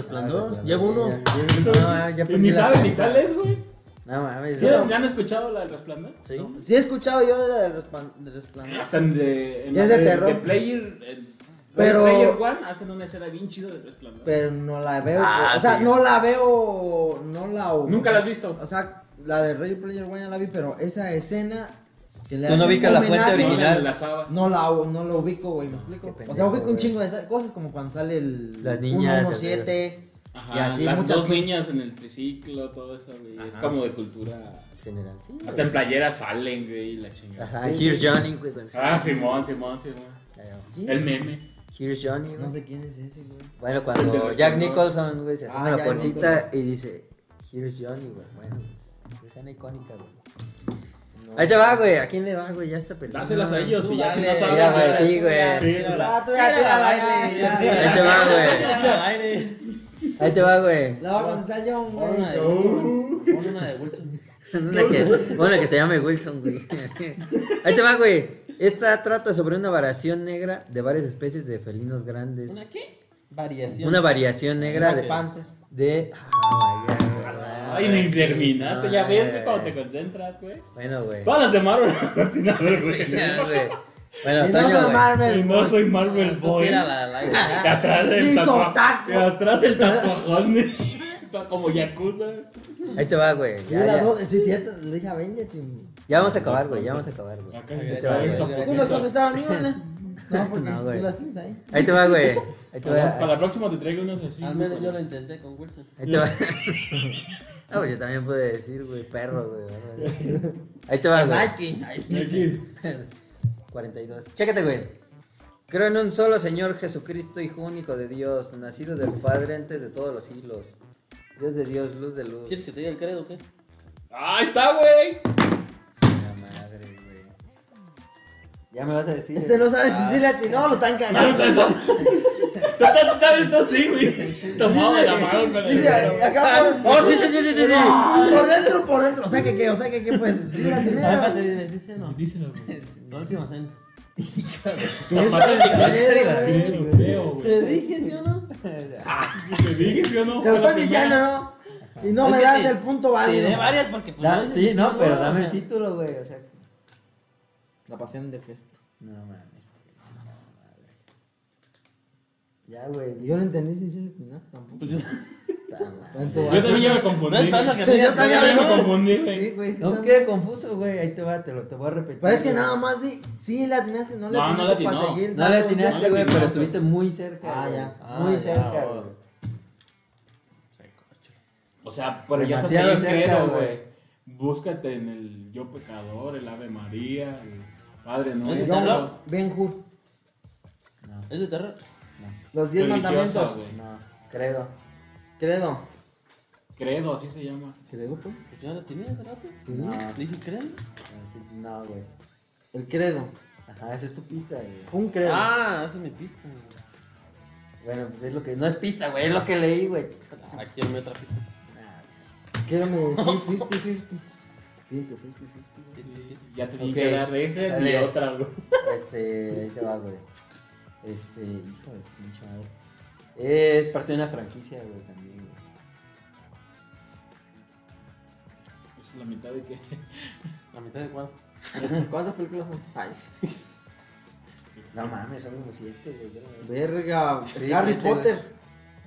[SPEAKER 4] resplandor.
[SPEAKER 2] Ah, el
[SPEAKER 4] Llevo uno.
[SPEAKER 2] resplandor, ya- ya- ya
[SPEAKER 3] Y
[SPEAKER 2] perdí
[SPEAKER 3] ni
[SPEAKER 2] la
[SPEAKER 3] saben ni
[SPEAKER 2] cuenta.
[SPEAKER 3] tal es, güey.
[SPEAKER 1] No mames.
[SPEAKER 3] ¿Sí, ¿Ya han escuchado la del resplandor?
[SPEAKER 4] Sí.
[SPEAKER 2] Sí he escuchado yo de la del respan- del resplandor.
[SPEAKER 3] Hasta en de, en
[SPEAKER 2] Ya es
[SPEAKER 3] la
[SPEAKER 2] de terror.
[SPEAKER 3] de Player, en-
[SPEAKER 2] Pero-
[SPEAKER 3] Player One hacen una escena bien chida del resplandor.
[SPEAKER 2] Pero no la veo.
[SPEAKER 4] Ah,
[SPEAKER 2] güey. o sea,
[SPEAKER 4] sí.
[SPEAKER 2] no la veo. No la oigo.
[SPEAKER 3] Nunca la has visto.
[SPEAKER 2] O sea, la de Ray Player One ya la vi, pero esa escena que le
[SPEAKER 1] Tú no
[SPEAKER 2] hacen
[SPEAKER 1] ubicas la fuente
[SPEAKER 2] homenaje,
[SPEAKER 3] No, la de
[SPEAKER 1] original.
[SPEAKER 3] las habas.
[SPEAKER 2] No la, no la ubico, güey, me explico.
[SPEAKER 1] qué
[SPEAKER 2] o sea,
[SPEAKER 1] pendejo,
[SPEAKER 2] ubico un
[SPEAKER 1] güey.
[SPEAKER 2] chingo de esas cosas como cuando sale el
[SPEAKER 1] Las niñas,
[SPEAKER 2] 117
[SPEAKER 3] Ajá,
[SPEAKER 2] y así
[SPEAKER 3] las
[SPEAKER 2] muchas
[SPEAKER 3] dos niñas en el triciclo, todo eso, güey. Es
[SPEAKER 4] Ajá.
[SPEAKER 3] como de cultura.
[SPEAKER 1] General, sí.
[SPEAKER 3] Hasta en playera salen, güey, y la chingada.
[SPEAKER 1] Ajá, Here's Johnny, güey. con su-
[SPEAKER 3] Ah, Simón, Simón, Simón.
[SPEAKER 2] ¿Quién?
[SPEAKER 3] El meme.
[SPEAKER 1] Here's Johnny, güey.
[SPEAKER 2] No sé quién es ese, güey.
[SPEAKER 1] Bueno,
[SPEAKER 3] El de
[SPEAKER 1] cuando
[SPEAKER 3] los
[SPEAKER 1] Jack
[SPEAKER 3] Simpsons.
[SPEAKER 1] Nicholson, güey, se asoma
[SPEAKER 2] Ah,
[SPEAKER 1] a la
[SPEAKER 2] Jack
[SPEAKER 1] puertita y dice, Here's Johnny, güey. Bueno, es escena icónica, güey.
[SPEAKER 2] No.
[SPEAKER 1] Ahí te va, güey. ¿A quién le va, güey? Ya está peleando.
[SPEAKER 3] Dáselas a ellos y ya si no
[SPEAKER 1] dale,
[SPEAKER 3] saben.
[SPEAKER 1] mira, güey,
[SPEAKER 3] ya-
[SPEAKER 1] sí, güey.
[SPEAKER 3] Sí,
[SPEAKER 2] Ah,
[SPEAKER 3] mira.
[SPEAKER 2] tú ya tira la
[SPEAKER 3] ya,
[SPEAKER 2] baile.
[SPEAKER 1] Ahí te va, güey. Ahí te va, güey.
[SPEAKER 2] La va a contestar John,
[SPEAKER 4] Pon una de
[SPEAKER 2] güey.
[SPEAKER 3] Uh.
[SPEAKER 4] Wilson. Pon una de Wilson.
[SPEAKER 1] Una que, una que se llame Wilson, güey. Ahí te va, güey. Esta trata sobre una variación negra de varias especies de felinos grandes.
[SPEAKER 4] ¿Una
[SPEAKER 1] Una,
[SPEAKER 4] qué? Variación.
[SPEAKER 1] variación negra
[SPEAKER 2] Una
[SPEAKER 1] de...
[SPEAKER 2] Panther.
[SPEAKER 1] de... Ah, my God, güey.
[SPEAKER 3] Ay, ni terminaste. Ya ves, güey, cuando te
[SPEAKER 1] Ay.
[SPEAKER 3] concentras, güey.
[SPEAKER 1] Bueno, güey.
[SPEAKER 3] Todas las de Marvel las atinaron,
[SPEAKER 1] Sí,
[SPEAKER 3] güey.
[SPEAKER 1] ya, güey.
[SPEAKER 2] Y
[SPEAKER 1] Bueno,
[SPEAKER 2] no
[SPEAKER 1] Toño,
[SPEAKER 2] fue
[SPEAKER 1] güey.
[SPEAKER 2] Marvel,
[SPEAKER 3] Y no soy Marvel Boy.
[SPEAKER 4] Era la al aire.
[SPEAKER 3] Que atrás el
[SPEAKER 2] Ni
[SPEAKER 3] tatuaje.
[SPEAKER 2] sotaco.
[SPEAKER 3] Que atrás el tatuajón. Está como Yakuza.
[SPEAKER 1] Ahí te va, güey.
[SPEAKER 2] Yo
[SPEAKER 1] Ya,
[SPEAKER 2] la
[SPEAKER 1] ya.
[SPEAKER 2] dos, sí, cierto, le dije a Avengers. y-
[SPEAKER 1] Ya vamos a acabar, güey. Ya vamos a acabar, güey.
[SPEAKER 3] Acá se
[SPEAKER 1] Ahí
[SPEAKER 3] te
[SPEAKER 1] te
[SPEAKER 3] va
[SPEAKER 1] va,
[SPEAKER 3] esta
[SPEAKER 1] güey.
[SPEAKER 3] puta.
[SPEAKER 2] Tú no contestabas ni una. No, porque
[SPEAKER 1] No, güey.
[SPEAKER 2] tú las tienes ahí.
[SPEAKER 1] Ahí te va, güey. Ahí te
[SPEAKER 3] Para para
[SPEAKER 1] va.
[SPEAKER 3] la próxima te traigo unos así.
[SPEAKER 4] Al
[SPEAKER 3] güey,
[SPEAKER 4] menos
[SPEAKER 3] con-
[SPEAKER 4] yo lo intenté con Wilson.
[SPEAKER 1] Ahí te va. Ah, pues yo también pude decir, güey, perro, güey. Ahí te va, güey.
[SPEAKER 2] Nike. Ay, sí.
[SPEAKER 3] Aquí.
[SPEAKER 1] 42. Chécate, güey. Creo en un solo Señor Jesucristo, Hijo único de Dios, nacido del Padre antes de todos los siglos. Dios de Dios, luz de luz.
[SPEAKER 4] ¿Quieres que te diga el credo o qué?
[SPEAKER 3] ¡Ah, está, güey!
[SPEAKER 1] La madre, güey. Ya me vas a decir.
[SPEAKER 2] Este no sabe si sí le atinó, lo están cagando.
[SPEAKER 3] Está está así, güey. Tomado de la mano con el.
[SPEAKER 2] Dice, acá por-
[SPEAKER 1] Oh, sí, sí, sí, sí, sí. sí.
[SPEAKER 2] Por dentro, por dentro. O sea que qué, o sea que qué, pues sí la
[SPEAKER 4] Además,
[SPEAKER 2] tenía.
[SPEAKER 4] dime, sí, sí, no.
[SPEAKER 3] Díselo, güey.
[SPEAKER 4] La última cena.
[SPEAKER 2] ¿Qué
[SPEAKER 3] Aparte de que
[SPEAKER 2] tal,
[SPEAKER 4] entrega,
[SPEAKER 2] güey?
[SPEAKER 3] Pinche feo, güey.
[SPEAKER 4] Te dije, ¿sí o no?
[SPEAKER 3] Te dije, ¿sí o no?
[SPEAKER 2] Te lo
[SPEAKER 3] Fue la
[SPEAKER 2] estoy diciendo,
[SPEAKER 3] primera.
[SPEAKER 2] ¿no? Y no
[SPEAKER 4] Es
[SPEAKER 2] me
[SPEAKER 4] que
[SPEAKER 2] das
[SPEAKER 4] te-
[SPEAKER 2] el punto
[SPEAKER 4] Te
[SPEAKER 2] válido.
[SPEAKER 4] dé varias porque pues,
[SPEAKER 1] Da-
[SPEAKER 4] dices
[SPEAKER 1] sí, no, pero dame
[SPEAKER 4] o
[SPEAKER 1] el
[SPEAKER 4] sea.
[SPEAKER 1] título, güey. O sea.
[SPEAKER 2] La pasión de Cristo.
[SPEAKER 1] No mames. Ya, güey.
[SPEAKER 2] Yo no entendí si sí le atinaste tampoco.
[SPEAKER 4] Pues yo-
[SPEAKER 1] Puta madre.
[SPEAKER 2] Tanto
[SPEAKER 3] Yo también
[SPEAKER 2] vale.
[SPEAKER 3] ya me
[SPEAKER 4] No
[SPEAKER 3] confundí.
[SPEAKER 4] esperando que me
[SPEAKER 2] Yo
[SPEAKER 4] digas.
[SPEAKER 2] también
[SPEAKER 4] ¿sí o
[SPEAKER 3] Ya me
[SPEAKER 4] no?
[SPEAKER 3] confundí,
[SPEAKER 2] Sí,
[SPEAKER 3] güey.
[SPEAKER 2] güey, es que
[SPEAKER 1] No
[SPEAKER 2] estás-
[SPEAKER 1] quede confuso, güey. Ahí te va, te lo te voy a repetir.
[SPEAKER 2] Pero es que
[SPEAKER 1] güey.
[SPEAKER 2] nada más di, sí le atinaste, no le
[SPEAKER 3] No, no le
[SPEAKER 2] atinaste para
[SPEAKER 3] atinó.
[SPEAKER 2] seguir.
[SPEAKER 1] No le
[SPEAKER 2] dando-
[SPEAKER 1] atinaste,
[SPEAKER 3] No
[SPEAKER 1] güey,
[SPEAKER 3] le
[SPEAKER 1] pero
[SPEAKER 3] atinaste.
[SPEAKER 1] estuviste muy cerca.
[SPEAKER 2] Ah,
[SPEAKER 1] güey.
[SPEAKER 2] ya.
[SPEAKER 4] Ah,
[SPEAKER 1] Muy
[SPEAKER 4] ya,
[SPEAKER 1] cerca,
[SPEAKER 4] oh.
[SPEAKER 1] güey.
[SPEAKER 3] O sea, pero ya estás
[SPEAKER 1] Demasiado
[SPEAKER 3] ahí en
[SPEAKER 1] cerca,
[SPEAKER 3] credo,
[SPEAKER 1] güey.
[SPEAKER 3] güey. Búscate en el Yo Pecador, el Ave María, el Padre
[SPEAKER 4] ¿Es
[SPEAKER 2] No,
[SPEAKER 3] Nuestro.
[SPEAKER 4] terror?
[SPEAKER 2] Ben Hur,
[SPEAKER 4] ¿Es de terror?
[SPEAKER 2] los diez
[SPEAKER 3] Religiosa,
[SPEAKER 2] mandamientos.
[SPEAKER 3] güey.
[SPEAKER 1] No, credo.
[SPEAKER 2] Credo.
[SPEAKER 3] Credo, así se llama.
[SPEAKER 2] Credo, pues.
[SPEAKER 4] Pues ya la tenía hace rato. Ah,
[SPEAKER 2] Sí.
[SPEAKER 1] No,
[SPEAKER 4] Dije, ¿crees?
[SPEAKER 1] no, güey.
[SPEAKER 2] El credo.
[SPEAKER 1] Ajá, esa es tu pista, güey.
[SPEAKER 2] Un credo.
[SPEAKER 4] Ah, esa es mi pista. güey.
[SPEAKER 1] Bueno, pues es lo que. No es pista, güey, es lo que leí, güey.
[SPEAKER 4] Aquí en mi otra pista.
[SPEAKER 1] Nah, güey.
[SPEAKER 2] Quiero me decir 50-50. 50-50.
[SPEAKER 3] Sí, Ya te
[SPEAKER 1] Ok,
[SPEAKER 3] dije que dar de ese y
[SPEAKER 1] dale.
[SPEAKER 3] otra, güey.
[SPEAKER 1] Este, ahí te va, güey. Este, hijo de su pinche madre. Es parte de una franquicia, güey, también, güey.
[SPEAKER 3] Es la mitad de que.
[SPEAKER 4] La mitad de cuál.
[SPEAKER 2] ¿Cuántas películas son? Ay,
[SPEAKER 1] No mames, son como siete, güey. yo no-
[SPEAKER 2] verga.
[SPEAKER 1] Sí,
[SPEAKER 2] Harry
[SPEAKER 1] siete,
[SPEAKER 2] Potter.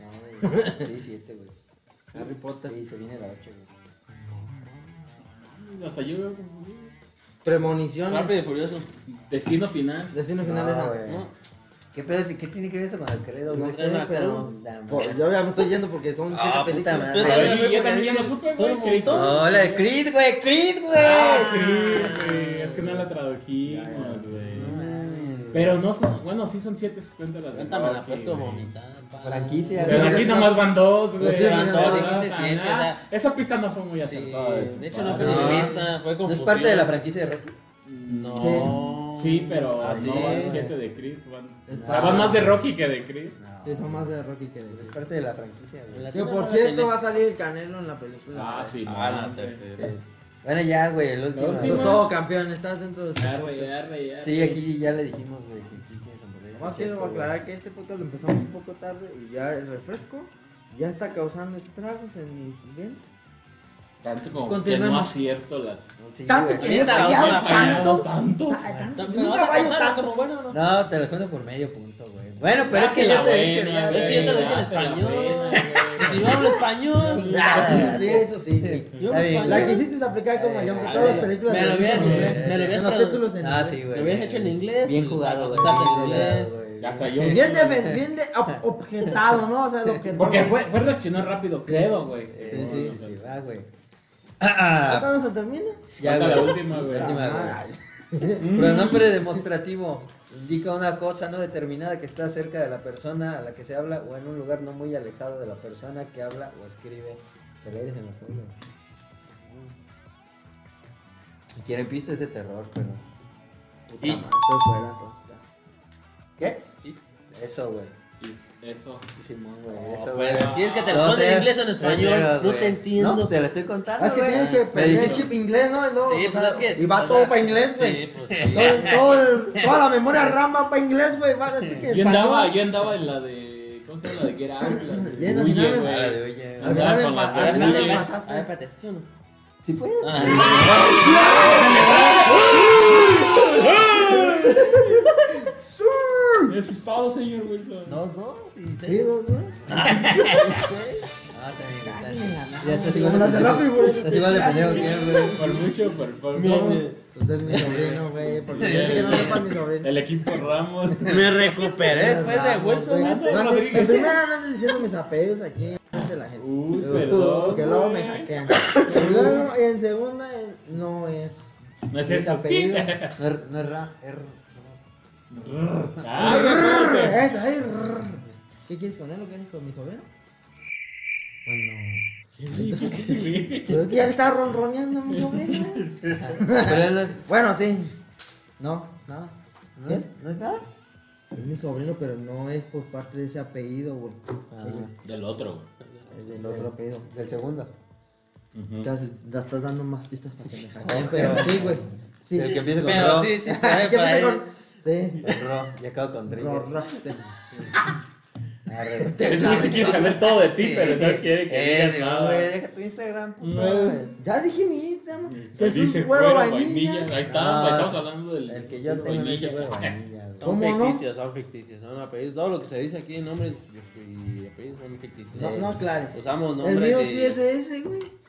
[SPEAKER 1] No, güey. Sí, siete, güey.
[SPEAKER 2] Harry Potter.
[SPEAKER 1] Sí, se viene la ocho, güey.
[SPEAKER 3] Hasta yo veo confundido.
[SPEAKER 2] Premoniciones.
[SPEAKER 4] Rápido y furioso.
[SPEAKER 3] Destino final.
[SPEAKER 2] Destino final
[SPEAKER 1] No,
[SPEAKER 2] es
[SPEAKER 1] güey.
[SPEAKER 4] ¿no?
[SPEAKER 1] ¿Qué pedo? ¿Qué tiene que ver eso con el credo,
[SPEAKER 2] No
[SPEAKER 1] güey?
[SPEAKER 2] sé,
[SPEAKER 4] Era
[SPEAKER 2] pero.
[SPEAKER 1] Puta madre.
[SPEAKER 2] Por- Yo ya me estoy yendo porque son siete
[SPEAKER 1] Ah, puta
[SPEAKER 2] películas.
[SPEAKER 1] madre.
[SPEAKER 4] Yo
[SPEAKER 3] Pero
[SPEAKER 4] también
[SPEAKER 3] yo,
[SPEAKER 4] me
[SPEAKER 3] yo
[SPEAKER 4] voy a
[SPEAKER 3] también ya lo
[SPEAKER 4] decir,
[SPEAKER 3] supe,
[SPEAKER 4] soy
[SPEAKER 3] güey.
[SPEAKER 4] un
[SPEAKER 3] Creí
[SPEAKER 4] montón.
[SPEAKER 1] No, la de Creed, güey. Creed, güey.
[SPEAKER 3] Ah, Creed, güey. Es que no la tradujimos,
[SPEAKER 1] No
[SPEAKER 3] güey.
[SPEAKER 1] mames.
[SPEAKER 3] Pero no son. Bueno, sí son siete. Cuéntala.
[SPEAKER 4] Cuéntame la
[SPEAKER 3] Rocky,
[SPEAKER 4] pues como
[SPEAKER 3] güey.
[SPEAKER 4] mitad. pa.
[SPEAKER 1] Franquicia.
[SPEAKER 3] Pero
[SPEAKER 1] Sí,
[SPEAKER 3] aquí
[SPEAKER 1] es
[SPEAKER 3] nomás van dos, güey.
[SPEAKER 4] Sí, van
[SPEAKER 3] Ah,
[SPEAKER 4] dos, dijiste
[SPEAKER 3] ah,
[SPEAKER 4] siete, o sea.
[SPEAKER 3] Esa pista no fue muy
[SPEAKER 4] Sí,
[SPEAKER 3] acertada.
[SPEAKER 4] de hecho no
[SPEAKER 1] Ah,
[SPEAKER 4] fue
[SPEAKER 1] no.
[SPEAKER 4] mi pista, fue
[SPEAKER 1] ¿No
[SPEAKER 4] como.
[SPEAKER 1] es parte de la franquicia de Rocky?
[SPEAKER 4] No.
[SPEAKER 2] Sí.
[SPEAKER 3] Sí, pero
[SPEAKER 4] Ah, sí.
[SPEAKER 3] no van siete de Creed. Van...
[SPEAKER 2] Es
[SPEAKER 3] O sea, van más de Rocky que de Creed.
[SPEAKER 1] No.
[SPEAKER 2] Sí, son más de Rocky que
[SPEAKER 1] Es
[SPEAKER 2] de.
[SPEAKER 1] parte de la franquicia, güey.
[SPEAKER 4] La
[SPEAKER 2] Que
[SPEAKER 4] tiene,
[SPEAKER 2] por
[SPEAKER 4] la
[SPEAKER 2] cierto
[SPEAKER 4] tiene.
[SPEAKER 2] va a salir el Canelo en la película.
[SPEAKER 3] Ah, sí. no,
[SPEAKER 4] Ah, la
[SPEAKER 3] hombre.
[SPEAKER 4] tercera.
[SPEAKER 1] Bueno, ya, güey, el último.
[SPEAKER 3] última.
[SPEAKER 4] Ah,
[SPEAKER 2] Pues todo campeón, estás dentro de su.
[SPEAKER 3] Arre, arre, arre.
[SPEAKER 1] Sí, aquí ya le dijimos, güey, que aquí tienes hamburguesas.
[SPEAKER 2] Nomás quiero aclarar que este podcast lo empezamos un poco tarde y ya el refresco ya está causando estragos en mis dientes.
[SPEAKER 3] Tanto como que
[SPEAKER 2] Continuemos.
[SPEAKER 3] no acierto las.
[SPEAKER 1] Sí,
[SPEAKER 2] Tanto
[SPEAKER 1] güey.
[SPEAKER 2] que he
[SPEAKER 4] Neta, o sea,
[SPEAKER 2] fallado, tanto.
[SPEAKER 3] tanto.
[SPEAKER 2] ta- tanto,
[SPEAKER 4] ¿Me vas
[SPEAKER 2] Nunca
[SPEAKER 4] a
[SPEAKER 2] fallo
[SPEAKER 4] contar
[SPEAKER 2] tanto.
[SPEAKER 4] como bueno o no?
[SPEAKER 1] No, te lo cuento por medio punto, güey. Bueno, pero es que
[SPEAKER 3] Dásela
[SPEAKER 1] ya te dije,
[SPEAKER 3] buena,
[SPEAKER 1] ya,
[SPEAKER 4] Es que yo te lo dije en
[SPEAKER 3] Dásela
[SPEAKER 4] español.
[SPEAKER 3] buena,
[SPEAKER 4] Pues Si yo hablo español.
[SPEAKER 1] Chingada.
[SPEAKER 2] Sí, eso sí.
[SPEAKER 4] Yo
[SPEAKER 1] Está
[SPEAKER 4] hablo
[SPEAKER 1] bien,
[SPEAKER 2] La
[SPEAKER 1] güey.
[SPEAKER 4] español.
[SPEAKER 2] quisiste aplicar como yo, que
[SPEAKER 4] a
[SPEAKER 2] todas las
[SPEAKER 4] ver,
[SPEAKER 2] películas
[SPEAKER 4] me
[SPEAKER 2] las
[SPEAKER 4] lo
[SPEAKER 2] hice en
[SPEAKER 4] hubieras-
[SPEAKER 2] inglés.
[SPEAKER 4] me lo hubieras
[SPEAKER 2] En los
[SPEAKER 4] produ-
[SPEAKER 2] títulos en
[SPEAKER 1] Ah,
[SPEAKER 2] inglés.
[SPEAKER 1] sí, güey.
[SPEAKER 4] Lo hubieras hecho en inglés.
[SPEAKER 1] Bien jugado, güey.
[SPEAKER 4] Tanto en
[SPEAKER 1] Bien
[SPEAKER 4] inglés.
[SPEAKER 1] jugado, güey.
[SPEAKER 3] Ya hasta yo.
[SPEAKER 2] Bien, defen- bien de ob- objetado, ¿no? O sea, lo que
[SPEAKER 3] Porque fue, fue reaccionó rápido, creo, güey. Eh,
[SPEAKER 1] Sí, sí, sí, sí, va, güey.
[SPEAKER 2] ¿Ya
[SPEAKER 1] Ah, ah,
[SPEAKER 2] vamos a terminar?
[SPEAKER 1] ya,
[SPEAKER 3] Falta la
[SPEAKER 1] güey.
[SPEAKER 3] última, güey.
[SPEAKER 1] Última, güey.
[SPEAKER 2] Ah, Ay,
[SPEAKER 1] Pronombre demostrativo indica una cosa no determinada que está cerca de la persona a la que se habla o en un lugar no muy alejado de la persona que habla o escribe. Te la eres en la foto. Quieren pistas de terror, pero.
[SPEAKER 2] puta madre, Estoy fuera, entonces. ya sé.
[SPEAKER 1] ¿Qué? Eso, güey.
[SPEAKER 3] Y Eso.
[SPEAKER 1] Simón,
[SPEAKER 3] No,
[SPEAKER 1] güey. Eso,
[SPEAKER 3] güey.
[SPEAKER 1] güey.
[SPEAKER 4] Tienes que te
[SPEAKER 1] pues, No
[SPEAKER 4] responde
[SPEAKER 1] sé,
[SPEAKER 4] en inglés o en español.
[SPEAKER 1] cero,
[SPEAKER 4] no
[SPEAKER 1] güey.
[SPEAKER 4] te entiendo.
[SPEAKER 1] No, te lo estoy contando.
[SPEAKER 2] Ah, es que
[SPEAKER 1] güey.
[SPEAKER 2] tienes que
[SPEAKER 1] Me
[SPEAKER 2] perder el
[SPEAKER 1] dijiste-
[SPEAKER 2] chip inglés, ¿no? Y, luego,
[SPEAKER 4] Sí,
[SPEAKER 2] o
[SPEAKER 4] pues
[SPEAKER 2] sea,
[SPEAKER 4] es que.
[SPEAKER 2] y va
[SPEAKER 4] o
[SPEAKER 2] todo
[SPEAKER 4] sea,
[SPEAKER 2] para inglés, güey.
[SPEAKER 4] Sí, pues sí.
[SPEAKER 2] Todo- todo el- toda la memoria RAM va para inglés, güey. Va a decir que
[SPEAKER 3] Yo
[SPEAKER 2] español.
[SPEAKER 3] andaba, yo andaba en la de. ¿Cómo se llama? La de Get Out. La de
[SPEAKER 2] Bien,
[SPEAKER 3] Huye,
[SPEAKER 2] a mí no me-
[SPEAKER 1] Ah,
[SPEAKER 3] güey.
[SPEAKER 1] la de oye.
[SPEAKER 2] Al final
[SPEAKER 3] Andaba
[SPEAKER 2] me
[SPEAKER 3] con las
[SPEAKER 2] pa- al
[SPEAKER 3] de
[SPEAKER 2] final me
[SPEAKER 3] Huye.
[SPEAKER 4] A ver,
[SPEAKER 2] mataste.
[SPEAKER 4] espérate, ¿sí o no?
[SPEAKER 1] Sí, pues.
[SPEAKER 3] Eso es todo, señor Wilson.
[SPEAKER 4] Dos, dos y
[SPEAKER 2] Sí,
[SPEAKER 4] seis.
[SPEAKER 2] dos, ¿no?
[SPEAKER 1] Ah, también.
[SPEAKER 4] Casi en la
[SPEAKER 1] Ya estás
[SPEAKER 2] Como las
[SPEAKER 1] igual
[SPEAKER 2] de
[SPEAKER 1] de
[SPEAKER 2] Loco y
[SPEAKER 1] pendejo.
[SPEAKER 2] por eso
[SPEAKER 1] Estás
[SPEAKER 2] te-
[SPEAKER 1] igual de pendejo que él, güey.
[SPEAKER 3] Por mucho, por, por
[SPEAKER 2] Somos-
[SPEAKER 3] somos
[SPEAKER 2] Pues es mi sobrino, güey. Porque yo sé que no sepa mi sobrino.
[SPEAKER 3] el equipo Ramos.
[SPEAKER 4] Me recuperé después de
[SPEAKER 2] Ramos, güey.
[SPEAKER 4] Wilson.
[SPEAKER 3] Antes de
[SPEAKER 2] No,
[SPEAKER 3] Rodríguez.
[SPEAKER 2] En primera no andes diciendo mis apellidos aquí. Ante la gente.
[SPEAKER 3] Uy,
[SPEAKER 2] Porque
[SPEAKER 3] perdón.
[SPEAKER 2] luego me
[SPEAKER 3] güey.
[SPEAKER 2] hackean. Y luego en segunda en- no es.
[SPEAKER 3] No es
[SPEAKER 2] mis
[SPEAKER 3] eso.
[SPEAKER 2] apellidos.
[SPEAKER 1] No es- no es ra, es r-
[SPEAKER 3] Ay, güey.
[SPEAKER 2] Es ahí. rrr. ¿Qué quieres con él o qué quieres con mi sobrino? Pero es que ya le estaba ronroneando mi sobrino.
[SPEAKER 1] Pero no es,
[SPEAKER 2] Bueno, sí. No, nada.
[SPEAKER 1] no es, no es nada.
[SPEAKER 2] Es mi sobrino, pero no es por parte de ese apellido, güey.
[SPEAKER 3] Del otro, güey.
[SPEAKER 2] Es del otro apellido.
[SPEAKER 1] Del segundo.
[SPEAKER 2] Te has- te estás dando más pistas para que me hackeen, pero sí, güey. Sí.
[SPEAKER 1] El que empieza con
[SPEAKER 4] Pero
[SPEAKER 1] ro.
[SPEAKER 4] sí, sí.
[SPEAKER 2] ¿Qué pasa con...? Sí.
[SPEAKER 1] con ro. Y acaba con
[SPEAKER 2] Ro-
[SPEAKER 1] Rodríguez.
[SPEAKER 2] ro- sí.
[SPEAKER 1] Arre.
[SPEAKER 3] Es que sí quiere saber todo de ti, pero no quiere que
[SPEAKER 1] Eh,
[SPEAKER 3] digas
[SPEAKER 1] digo,
[SPEAKER 3] nada.
[SPEAKER 1] güey, deja tu Instagram. puto.
[SPEAKER 3] No.
[SPEAKER 2] Ya dije mi Instagram.
[SPEAKER 3] Que
[SPEAKER 2] Jesús
[SPEAKER 3] dice
[SPEAKER 2] Güero
[SPEAKER 3] pues, güero
[SPEAKER 2] Vainilla.
[SPEAKER 3] vainilla. Ahí está,
[SPEAKER 1] Ah,
[SPEAKER 3] estamos hablando del.
[SPEAKER 1] El que yo
[SPEAKER 3] del
[SPEAKER 1] tengo es
[SPEAKER 3] vainilla.
[SPEAKER 1] güey vainilla, güey.
[SPEAKER 4] Son
[SPEAKER 2] ¿Cómo no?
[SPEAKER 4] ficticios, son ficticios, son apellidos. Todo lo que se dice aquí, nombres y apellidos son ficticios.
[SPEAKER 2] No, no aclares.
[SPEAKER 4] Usamos
[SPEAKER 2] El
[SPEAKER 4] nombres.
[SPEAKER 2] mío
[SPEAKER 4] y-
[SPEAKER 2] sí es ese, güey.